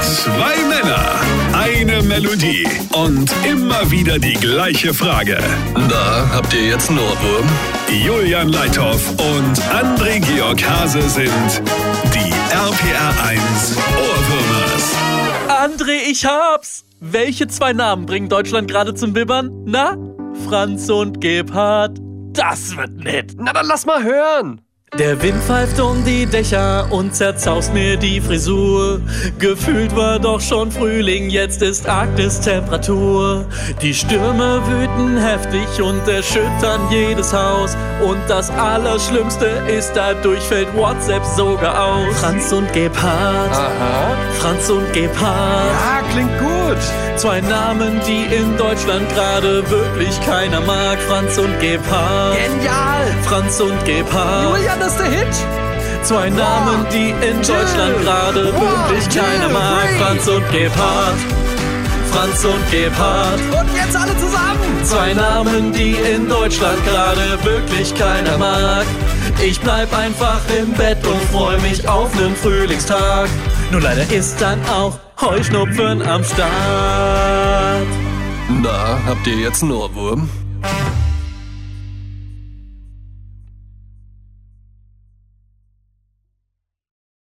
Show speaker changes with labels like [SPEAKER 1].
[SPEAKER 1] Zwei Männer, eine Melodie und immer wieder die gleiche Frage.
[SPEAKER 2] Da habt ihr jetzt einen Ohrwurm.
[SPEAKER 1] Julian Leithoff und André Georg Hase sind die RPR 1 Ohrwürmers.
[SPEAKER 3] André, ich hab's! Welche zwei Namen bringen Deutschland gerade zum Bibbern? Na? Franz und Gebhard. Das wird nett.
[SPEAKER 4] Na dann lass mal hören.
[SPEAKER 3] Der Wind pfeift um die Dächer und zerzaust mir die Frisur. Gefühlt war doch schon Frühling, jetzt ist Arktis-Temperatur. Die Stürme wüten heftig und erschüttern jedes Haus. Und das Allerschlimmste ist, dadurch fällt WhatsApp sogar aus. Franz und Gebhardt,
[SPEAKER 4] Aha.
[SPEAKER 3] Franz und Gebhardt.
[SPEAKER 4] Ah, klingt gut.
[SPEAKER 3] Zwei Namen, die in Deutschland gerade wirklich keiner mag. Franz und Gebhardt.
[SPEAKER 4] Genial.
[SPEAKER 3] Franz und Gebhardt.
[SPEAKER 4] Julian, das ist der Hit.
[SPEAKER 3] Zwei Namen, die in
[SPEAKER 4] Jill.
[SPEAKER 3] Deutschland gerade
[SPEAKER 4] One,
[SPEAKER 3] wirklich
[SPEAKER 4] two,
[SPEAKER 3] keiner mag.
[SPEAKER 4] three.
[SPEAKER 3] Franz und Gebhardt. Franz und Gebhardt.
[SPEAKER 4] Und jetzt alle zusammen.
[SPEAKER 3] Zwei Namen, die in Deutschland gerade wirklich keiner mag. Ich bleib einfach im Bett und freu mich auf nen Frühlingstag. Nur leider ist dann auch Heuschnupfen am Start.
[SPEAKER 2] Da habt ihr jetzt einen Ohrwurm.